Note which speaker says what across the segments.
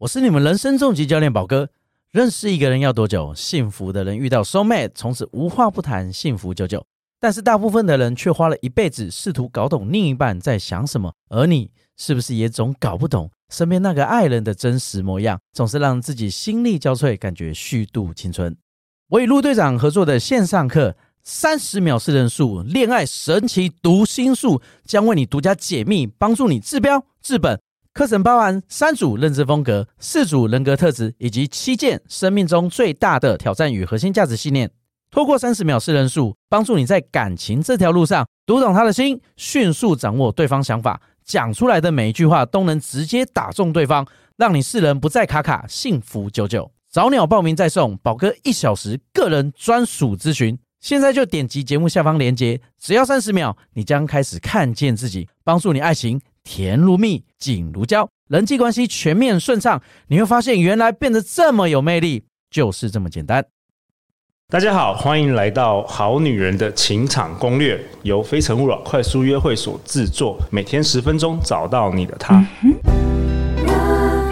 Speaker 1: 我是你们人生重疾教练宝哥。认识一个人要多久？幸福的人遇到 soul mate，从此无话不谈，幸福久久。但是大部分的人却花了一辈子试图搞懂另一半在想什么，而你是不是也总搞不懂身边那个爱人的真实模样，总是让自己心力交瘁，感觉虚度青春？我与陆队长合作的线上课《三十秒是人术：恋爱神奇读心术》，将为你独家解密，帮助你治标治本。课程包含三组认知风格、四组人格特质，以及七件生命中最大的挑战与核心价值信念。透过三十秒是人术，帮助你在感情这条路上读懂他的心，迅速掌握对方想法，讲出来的每一句话都能直接打中对方，让你世人不再卡卡，幸福久久。早鸟报名再送宝哥一小时个人专属咨询，现在就点击节目下方链接，只要三十秒，你将开始看见自己，帮助你爱情甜如蜜，紧如胶，人际关系全面顺畅。你会发现，原来变得这么有魅力，就是这么简单。
Speaker 2: 大家好，欢迎来到《好女人的情场攻略》，由非诚勿扰快速约会所制作，每天十分钟，找到你的他。
Speaker 3: Love,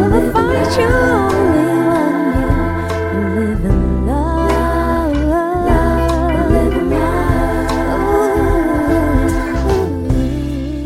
Speaker 3: I find you only one you live in love, live in love.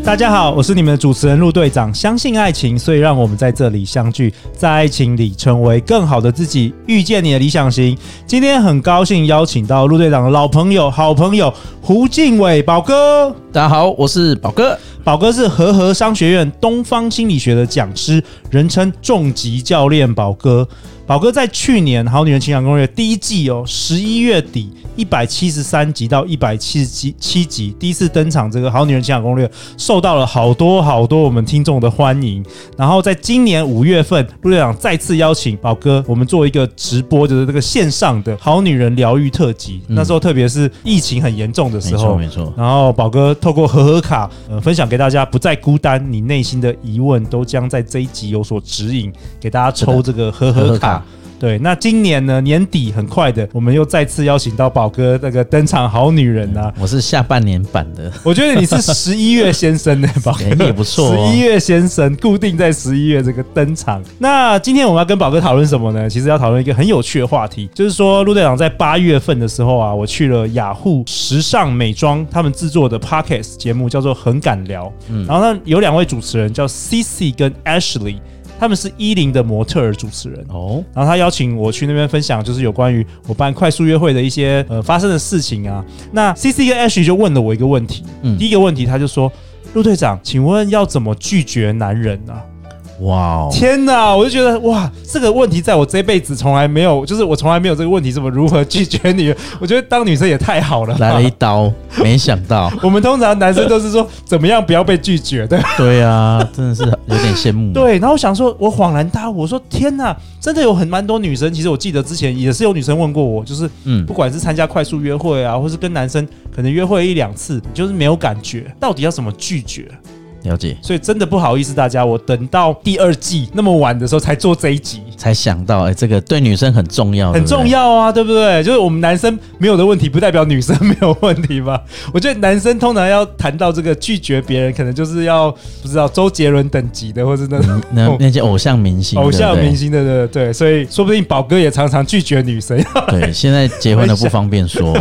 Speaker 2: 大家好，我是你们的主持人陆队长。相信爱情，所以让我们在这里相聚，在爱情里成为更好的自己，遇见你的理想型。今天很高兴邀请到陆队长的老朋友、好朋友胡敬伟宝哥。
Speaker 1: 大家好，我是宝哥。
Speaker 2: 宝哥是和和商学院东方心理学的讲师，人称重疾教练宝哥。宝哥在去年《好女人情感攻略》第一季哦，十一月底一百七十三集到一百七十七七集第一次登场，这个《好女人情感攻略》受到了好多好多我们听众的欢迎。然后在今年五月份，陆队长再次邀请宝哥，我们做一个直播，就是这个线上的好女人疗愈特辑。那时候特别是疫情很严重的时候，
Speaker 1: 没错没错
Speaker 2: 然后宝哥透过和和卡，呃，分享给大家，不再孤单，你内心的疑问都将在这一集有所指引，给大家抽这个和
Speaker 1: 和
Speaker 2: 和卡。
Speaker 1: 和卡
Speaker 2: 对，那今年呢，年底很快的，我们又再次邀请到宝哥那个登场好女人啊。
Speaker 1: 我是下半年版的，
Speaker 2: 我觉得你是十一月先 生呢，宝
Speaker 1: 哎
Speaker 2: 哥
Speaker 1: 也不错哦
Speaker 2: 十一月先生固定在十一月这个登场。那今天我们要跟宝哥讨论什么呢？其实要讨论一个很有趣的话题，就是说陆队长在八月份的时候啊，我去了雅虎时尚美妆他们制作的 podcast 节目，叫做《很敢聊》。
Speaker 1: 嗯
Speaker 2: 然后呢，有两位主持人叫 Cici 跟 Ashley，他们是一零的模特儿主持人。
Speaker 1: 哦，
Speaker 2: 然后他邀请我去那边分享，就是有关于我办快速约会的一些呃发生的事情啊。那 C C 跟 Ash 就问了我一个问题，
Speaker 1: 嗯
Speaker 2: 第一个问题他就说：“陆队长，请问要怎么拒绝男人啊？”
Speaker 1: 哇哦，
Speaker 2: 天哪，我就觉得哇，这个问题在我这辈子从来没有，就是我从来没有这个问题，怎么如何拒绝女人？我觉得当女生也太好了吧。
Speaker 1: 来了一刀，没想到，
Speaker 2: 我们通常男生都是说怎么样不要被拒绝，对吧
Speaker 1: 对啊，真的是有点羡 慕。
Speaker 2: 对，然后我想说，我恍然大悟，我说天哪，真的有很蛮多女生。其实我记得之前也是有女生问过我，就是
Speaker 1: 嗯
Speaker 2: 不管是参加快速约会啊，或是跟男生可能约会一两次，你就是没有感觉，到底要怎么拒绝？
Speaker 1: 了解，
Speaker 2: 所以真的不好意思大家，我等到第二季那么晚的时候才做这一集。
Speaker 1: 才想到，哎、这个对女生很重要，
Speaker 2: 很
Speaker 1: 对不对
Speaker 2: 重。要啊，对不对？就是我们男生没有的问题，不代表女生没有问题吧？我觉得男生通常要谈到这个拒绝别人，可能就是要不知道周杰伦等级的，或是那种
Speaker 1: 嗯那那些偶像明星，
Speaker 2: 哦偶
Speaker 1: 对
Speaker 2: 像
Speaker 1: 不对
Speaker 2: 明星的，对对对，所以说不定宝哥也常常拒绝女生，
Speaker 1: 对，现在结婚了不方便说。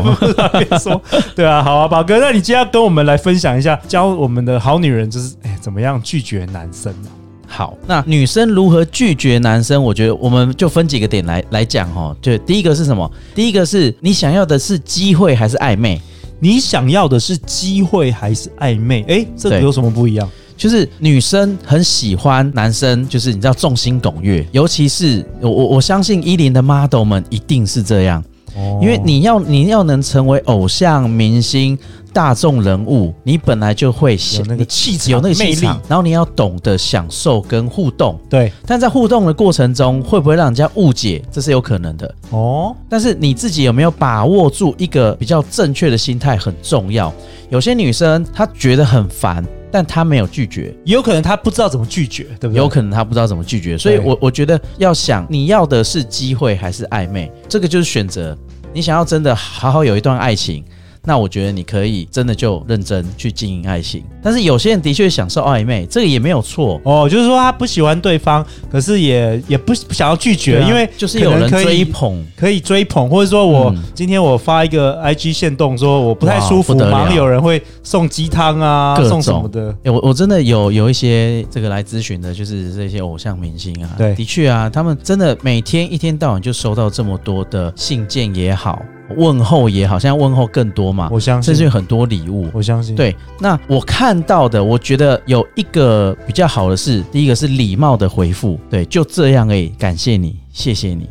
Speaker 2: 说对啊，好啊，宝哥，那你今天要跟我们来分享一下，教我们的好女人就是哎怎么样拒绝男生啊？
Speaker 1: 好，那女生如何拒绝男生？我觉得我们就分几个点来来讲哦。就第一个是什么？第一个是你想要的是机会还是暧昧？
Speaker 2: 你想要的是机会还是暧昧？哎，这个
Speaker 1: 对
Speaker 2: 有什么不一样？
Speaker 1: 就是女生很喜欢男生，就是你知道众星拱月，尤其是我我我相信依林的 model 们一定是这样，
Speaker 2: 哦
Speaker 1: 因为你要你要能成为偶像明星、大众人物，你本来就会
Speaker 2: 有那个
Speaker 1: 你
Speaker 2: 气场
Speaker 1: 有那个
Speaker 2: 魅
Speaker 1: 气
Speaker 2: 力
Speaker 1: 场，然后你要懂得享受跟互动。
Speaker 2: 对
Speaker 1: 但在互动的过程中，会不会让人家误解？这是有可能的。
Speaker 2: 哦，
Speaker 1: 但是你自己有没有把握住一个比较正确的心态很重要。有些女生她觉得很烦，但她没有拒绝，
Speaker 2: 也有可能他不知道怎么拒绝，对不对？
Speaker 1: 有可能她不知道怎么拒绝。所以我我觉得要想你要的是机会还是暧昧，这个就是选择。你想要真的好好有一段爱情，那我觉得你可以真的就认真去经营爱情。但是有些人的确享受暧昧，这个也没有错。
Speaker 2: 哦，就是说他不喜欢对方，可是也也不不想要拒绝，
Speaker 1: 对啊
Speaker 2: 因为
Speaker 1: 就是有人
Speaker 2: 可能可
Speaker 1: 追
Speaker 2: 以
Speaker 1: 捧，
Speaker 2: 可以追捧，或者说我、
Speaker 1: 嗯
Speaker 2: 今天我发一个 IG 线动，说我不太
Speaker 1: 哇
Speaker 2: 舒服，
Speaker 1: 不得了
Speaker 2: 马上有人会送鸡汤啊，
Speaker 1: 各
Speaker 2: 送什么
Speaker 1: 种
Speaker 2: 的。
Speaker 1: 欸、我我真的有有一些这个来咨询的，就是这些偶像明星啊，
Speaker 2: 对
Speaker 1: 的确啊，他们真的每天一天到晚就收到这么多的信件也好，问候也好，现在问候更多嘛，
Speaker 2: 我相
Speaker 1: 甚至
Speaker 2: 信
Speaker 1: 有，很多礼物。
Speaker 2: 我相信，，
Speaker 1: 对，那我看到的，我觉得有一个比较好的是，第一个是礼貌的回复，对，就这样而已，感谢你，谢谢你，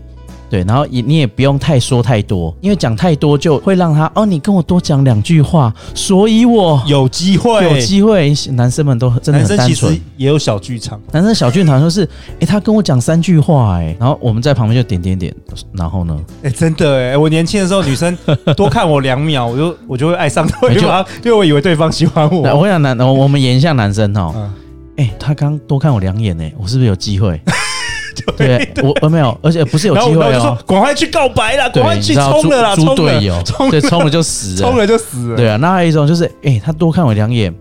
Speaker 1: 对，然后也你也不用太说太多，因为讲太多就会让他哦，你跟我多讲两句话，所以我
Speaker 2: 有机会，
Speaker 1: 有机会，男生们都真的
Speaker 2: 男
Speaker 1: 很
Speaker 2: 生
Speaker 1: 单
Speaker 2: 其
Speaker 1: 纯
Speaker 2: 实。也有小剧场，
Speaker 1: 男生小俊好像是，哎、他跟我讲三句话、诶哎，然后我们在旁边就点点点，然后呢，
Speaker 2: 哎、真的哎、我年轻的时候 女生多看我两秒，我就我就会爱上对方，因为我以为对方喜欢
Speaker 1: 那
Speaker 2: 我。
Speaker 1: 我想男，我我们演一下男生哦、
Speaker 2: 嗯
Speaker 1: 哎、他刚多看我两眼呢、我是不是有机会？ 对，我呃我没有，而且不是有
Speaker 2: 然后
Speaker 1: 机
Speaker 2: 我
Speaker 1: 会
Speaker 2: 然后
Speaker 1: 哦
Speaker 2: 我就、说赶快去告白啦，赶
Speaker 1: 对，
Speaker 2: 快
Speaker 1: 你
Speaker 2: 去
Speaker 1: 知道
Speaker 2: 冲了啦，
Speaker 1: 猪猪
Speaker 2: 冲
Speaker 1: 队
Speaker 2: 了，
Speaker 1: 友，
Speaker 2: 冲
Speaker 1: 对，冲了就死
Speaker 2: 冲
Speaker 1: 了，
Speaker 2: 了就死了。
Speaker 1: 对啊。那还有一种就是，哎、他多看我两眼，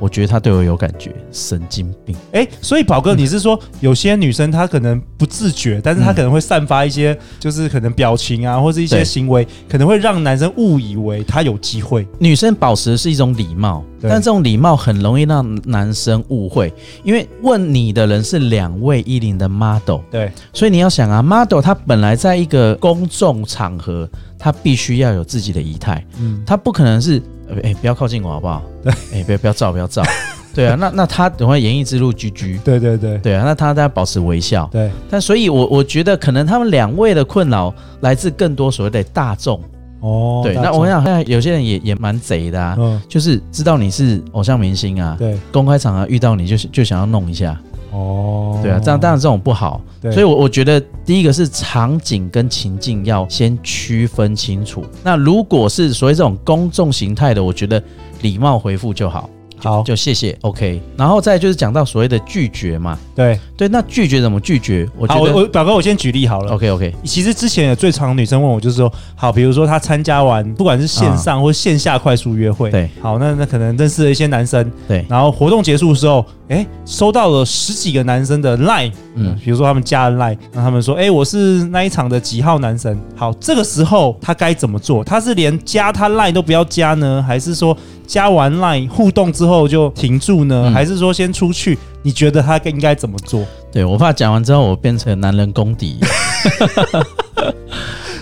Speaker 1: 我觉得他对我有感觉，神经病。
Speaker 2: 哎、所以宝哥，你是说有些女生她可能不自觉，但是她可能会散发一些，就是可能表情啊，或是一
Speaker 1: 嗯
Speaker 2: 些
Speaker 1: 对
Speaker 2: 行为，可能会让男生误以为她有机会。
Speaker 1: 女生保持的是一种礼貌，
Speaker 2: 对
Speaker 1: 但这种礼貌很容易让男生误会，因为问你的人是两位一零的 model，
Speaker 2: 对，
Speaker 1: 所以你要想啊，model 他本来在一个公众场合，他必须要有自己的仪态，
Speaker 2: 嗯，
Speaker 1: 他不可能是，呃哎、不要靠近我好不好？对，哎、不要不要照，不要照， 对啊，那那他等会演艺之路居居，
Speaker 2: 对对对
Speaker 1: 对啊，那他大家保持微笑，
Speaker 2: 对，
Speaker 1: 但所以我，我觉得可能他们两位的困扰来自更多所谓的大众，
Speaker 2: 哦，
Speaker 1: 对，
Speaker 2: 大
Speaker 1: 那
Speaker 2: 众
Speaker 1: 我，想现在有些人也也蛮贼的啊，
Speaker 2: 嗯，
Speaker 1: 就是知道你是偶像明星啊，
Speaker 2: 对，
Speaker 1: 公开场合遇到你就就想要弄一下，
Speaker 2: 哦，
Speaker 1: 对啊，这样当然这种不好，
Speaker 2: 对
Speaker 1: 所以我我觉得第一个是场景跟情境要先区分清楚。那如果是所谓这种公众形态的，我觉得礼貌回复就好，
Speaker 2: 好，
Speaker 1: 就谢谢，OK。然后再就是讲到所谓的拒绝嘛，
Speaker 2: 对，
Speaker 1: 对，那拒绝怎么拒绝？我
Speaker 2: 好，
Speaker 1: 觉
Speaker 2: 我
Speaker 1: 得
Speaker 2: 我宝哥，我先举例好了。
Speaker 1: OK OK，
Speaker 2: 其实之前有最常女生问我，就是说，好，比如说她参加完，不管是线上或线下快速约会，
Speaker 1: 啊对，
Speaker 2: 好，那那可能认识了一些男生，
Speaker 1: 对，
Speaker 2: 然后活动结束的时候，哎、收到了十几个男生的 line，
Speaker 1: 嗯
Speaker 2: 嗯，比如说他们加了 line，那他们说，哎、我是那一场的几号男生。好，这个时候他该怎么做？他是连加他 line 都不要加呢，还是说加完 line 互动之后就停住呢？
Speaker 1: 嗯
Speaker 2: 还是说先出去？你觉得他应该怎么做？
Speaker 1: 对我怕讲完之后我变成男人公 敌，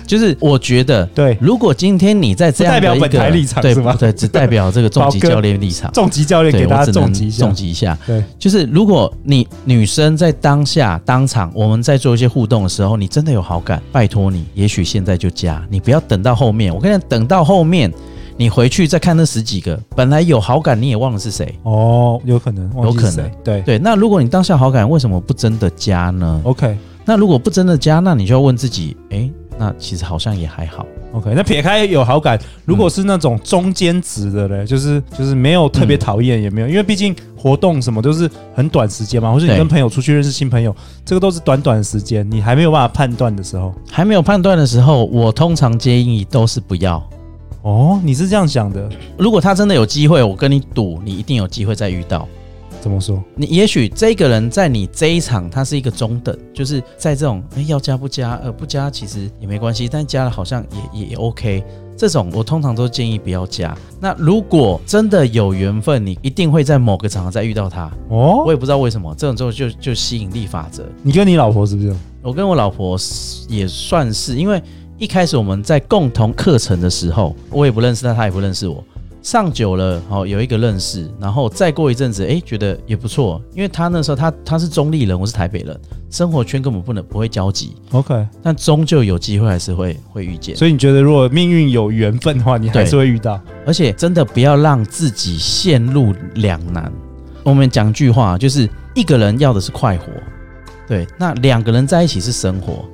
Speaker 1: 就是我觉得。
Speaker 2: 对，
Speaker 1: 如果今天你在这样的一个
Speaker 2: 不代表本台立场
Speaker 1: 对
Speaker 2: 是吗
Speaker 1: 对，只代表这个重疾
Speaker 2: 宝哥
Speaker 1: 教练立场。
Speaker 2: 重击教练
Speaker 1: 对
Speaker 2: 给
Speaker 1: 我
Speaker 2: 大家
Speaker 1: 只能
Speaker 2: 重击一下
Speaker 1: 重。击一下。
Speaker 2: 对，
Speaker 1: 就是如果你女生在当下当场，我们在做一些互动的时候，你真的有好感，拜托你，也许现在就加，你不要等到后面。我跟你讲，等到后面你回去再看那十几个，本来有好感你也忘了是谁。
Speaker 2: 哦，有可能，忘记
Speaker 1: 有可能
Speaker 2: 谁，对
Speaker 1: 对，那如果你当下好感，为什么不真的加呢？
Speaker 2: ，OK
Speaker 1: 那如果不真的加，那你就要问自己，诶，那其实好像也还好。
Speaker 2: OK。那撇开有好感，如果是那种中间值的嘞，就是就是没有特别讨厌，也没有，因为毕竟活动什么都是很短时间嘛，或是你
Speaker 1: 对
Speaker 2: 跟朋友出去认识新朋友，这个都是短短的时间，你还没有办法判断的时候。
Speaker 1: 还没有判断的时候，我通常建议都是不要。
Speaker 2: 哦，你是这样想的？
Speaker 1: 如果他真的有机会，我跟你赌，你一定有机会再遇到。
Speaker 2: 怎么说？
Speaker 1: 你也许这个人在你这一场，他是一个中等，就是在这种哎要加不加，呃不加其实也没关系，但加了好像也也也 OK。这种我通常都建议不要加。那如果真的有缘分，你一定会在某个场合再遇到他。我
Speaker 2: 哦，
Speaker 1: 也不知道为什么，这种就就就吸引力法则。
Speaker 2: 你跟你老婆是不是？
Speaker 1: 我跟我老婆也算是，因为一开始我们在共同课程的时候，我也不认识她，她也不认识我。上久了，哦，有一个认识，然后再过一阵子，诶，觉得也不错，因为她那时候她她是中立人，我是台北人，生活圈根本不能不会交集，
Speaker 2: OK，
Speaker 1: 但终究有机会还是会会遇见。
Speaker 2: 所以你觉得如果命运有缘分的话，你还是会遇到。
Speaker 1: 而且真的不要让自己陷入两难。我们讲句话，就是一个人要的是快活，对，那两个人在一起是生活，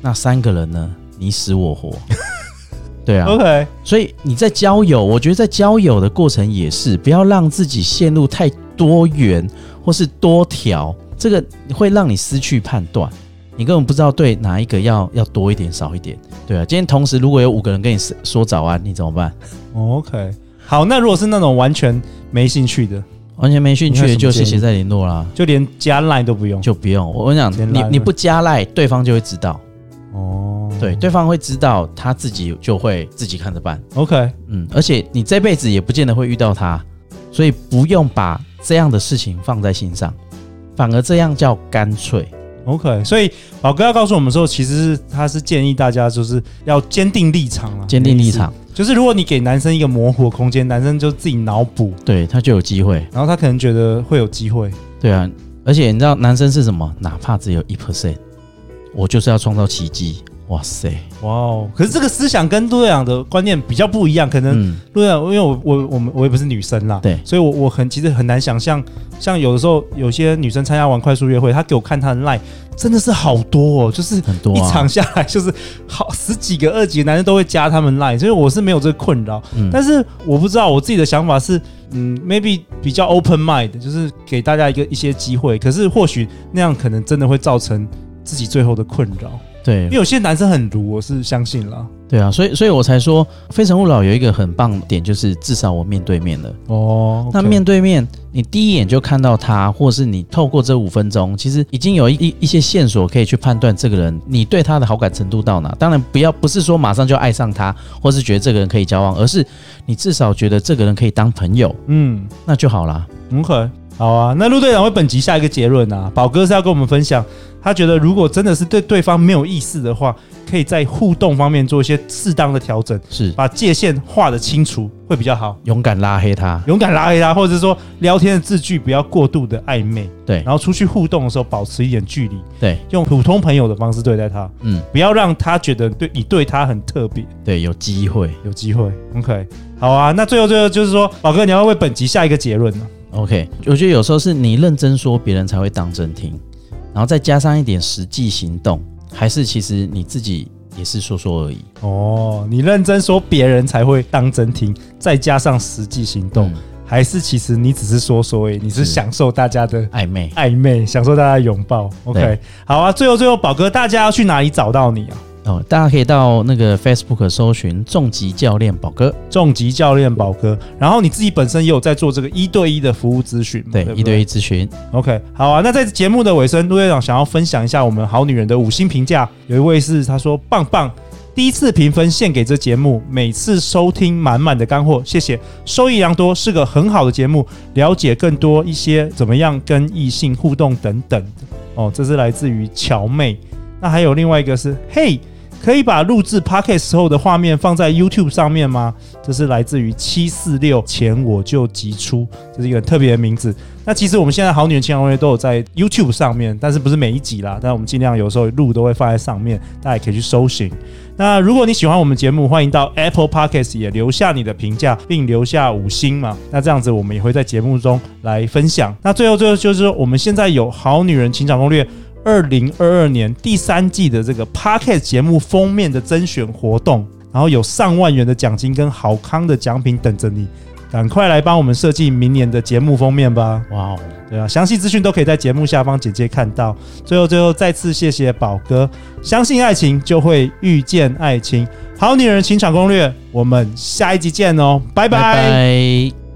Speaker 1: 那三个人呢，你死我活， 对啊。
Speaker 2: OK，
Speaker 1: 所以你在交友，我觉得在交友的过程也是，不要让自己陷入太多元或是多条，这个会让你失去判断，你根本不知道对哪一个要要多一点少一点，对啊。今天同时如果有五个人跟你说说早安，你怎么办？
Speaker 2: OK，好，那如果是那种完全没兴趣的，
Speaker 1: 完全没兴
Speaker 2: 你有什
Speaker 1: 趣
Speaker 2: 么
Speaker 1: 就
Speaker 2: 建议
Speaker 1: 谢谢再联络啦，
Speaker 2: 就连加 line 都不用。
Speaker 1: 就不用。我跟你
Speaker 2: 直接
Speaker 1: 讲，你
Speaker 2: 赖
Speaker 1: 你
Speaker 2: 吗
Speaker 1: 不加赖，对方就会知道，
Speaker 2: 哦，
Speaker 1: 对，对方会知道，他自己就会自己看着办。
Speaker 2: ，OK，
Speaker 1: 嗯，而且你这辈子也不见得会遇到他，所以不用把这样的事情放在心上，反而这样叫干脆。
Speaker 2: OK，所以宝哥要告诉我们说，其实是他是建议大家就是要坚定立场了，
Speaker 1: 坚定立场，
Speaker 2: 就是如果你给男生一个模糊的空间，男生就自己脑补，
Speaker 1: 对他就有机会。
Speaker 2: 然后他可能觉得会有机会。
Speaker 1: 对啊，而且你知道男生是什么？哪怕只有一 percent，我就是要创造奇迹。哇塞，
Speaker 2: 哇哦！可是这个思想跟陆队长的观念比较不一样，可能
Speaker 1: 嗯，
Speaker 2: 陆队长，因为我我我们我也不是女生啦，
Speaker 1: 对
Speaker 2: 所以我我很其实很难想象，像有的时候有些女生参加完快速约会，她给我看她的 line，真的是好多哦，就是
Speaker 1: 很多、
Speaker 2: 一
Speaker 1: 啊、
Speaker 2: 场下来就是好十几个、二十几个男生都会加他们 line，所以我是没有这个困扰。
Speaker 1: 嗯
Speaker 2: 但是我不知道我自己的想法是，嗯，maybe 比较 open mind，就是给大家一个一些机会。可是或许那样可能真的会造成自己最后的困扰，因为
Speaker 1: 对
Speaker 2: 有些男生很毒，我是相信啦。
Speaker 1: 对啊，所以所以我才说《非诚勿扰》有一个很棒的点，就是至少我面对面了。
Speaker 2: 哦
Speaker 1: 那面对面，你第一眼就看到他，或是你透过这五分钟，其实已经有一一一些线索可以去判断这个人你对他的好感程度到哪。当然，不要不是说马上就爱上他，或是觉得这个人可以交往，而是你至少觉得这个人可以当朋友，
Speaker 2: 嗯
Speaker 1: 那就好啦。
Speaker 2: ，OK，好啊。那陆队长为本集下一个结论啊，宝哥是要跟我们分享，他觉得如果真的是对对方没有意思的话，可以在互动方面做一些适当的调整。
Speaker 1: 是
Speaker 2: 把界限画得清楚会比较好。
Speaker 1: 勇敢拉黑他，
Speaker 2: 勇敢拉黑他，或者是说聊天的字句不要过度的暧昧，
Speaker 1: 对
Speaker 2: 然后出去互动的时候保持一点距离，
Speaker 1: 对，
Speaker 2: 用普通朋友的方式对待他，
Speaker 1: 嗯，
Speaker 2: 不要让他觉得对你对他很特别。
Speaker 1: 对，有机会。
Speaker 2: 有机会，OK，好啊。那最后最后就是说，宝哥你要为本集下一个结论呢、
Speaker 1: OK，我觉得有时候是你认真说，别人才会当真听，然后再加上一点实际行动，还是其实你自己也是说说而已。
Speaker 2: 哦，你认真说，别人才会当真听，再加上实际行动，
Speaker 1: 嗯
Speaker 2: 还是其实你只是说说而已，你是
Speaker 1: 是
Speaker 2: 享受大家的
Speaker 1: 暧昧。
Speaker 2: 暧昧，享受大家的拥抱。OK，
Speaker 1: 对
Speaker 2: 好啊，最后最后，宝哥，大家要去哪里找到你啊？
Speaker 1: 哦，大家可以到那个 Facebook 搜寻“重疾教练宝哥
Speaker 2: 重疾教练宝哥，然后你自己本身也有在做这个一对一的服务咨询嘛”，
Speaker 1: 对，
Speaker 2: 不
Speaker 1: 一对一咨询。
Speaker 2: OK，好啊。那在节目的尾声，陆队长想要分享一下我们好女人的五星评价，有一位是他说棒棒。第一次评分献给这节目，每次收听满满的干货，谢谢，收益良多，是个很好的节目，了解更多一些怎么样跟异性互动等等的哦，这是来自于乔妹。那还有另外一个是，嘿，可以把录制 podcast 后的画面放在 YouTube 上面吗？这是来自于七四六前我就即出，这是一个很特别的名字。那其实我们现在好女人情感攻略都有在 YouTube 上面，但是不是每一集啦，但我们尽量有时候录都会放在上面，大家也可以去搜寻。那如果你喜欢我们节目，欢迎到 Apple Podcast 也留下你的评价，并留下五星嘛。那这样子我们也会在节目中来分享。那最后最后就是说我们现在有好女人情场攻略。二零二二年第三季的这个 Podcast 节目封面的甄选活动，然后有上万元的奖金跟好康的奖品等着你，赶快来帮我们设计明年的节目封面吧！
Speaker 1: 哇哦，
Speaker 2: 对啊，详细资讯都可以在节目下方简介看到。最后，最后再次谢谢宝哥，相信爱情就会遇见爱情，好女人情场攻略，我们下一集见哦，拜拜
Speaker 1: 拜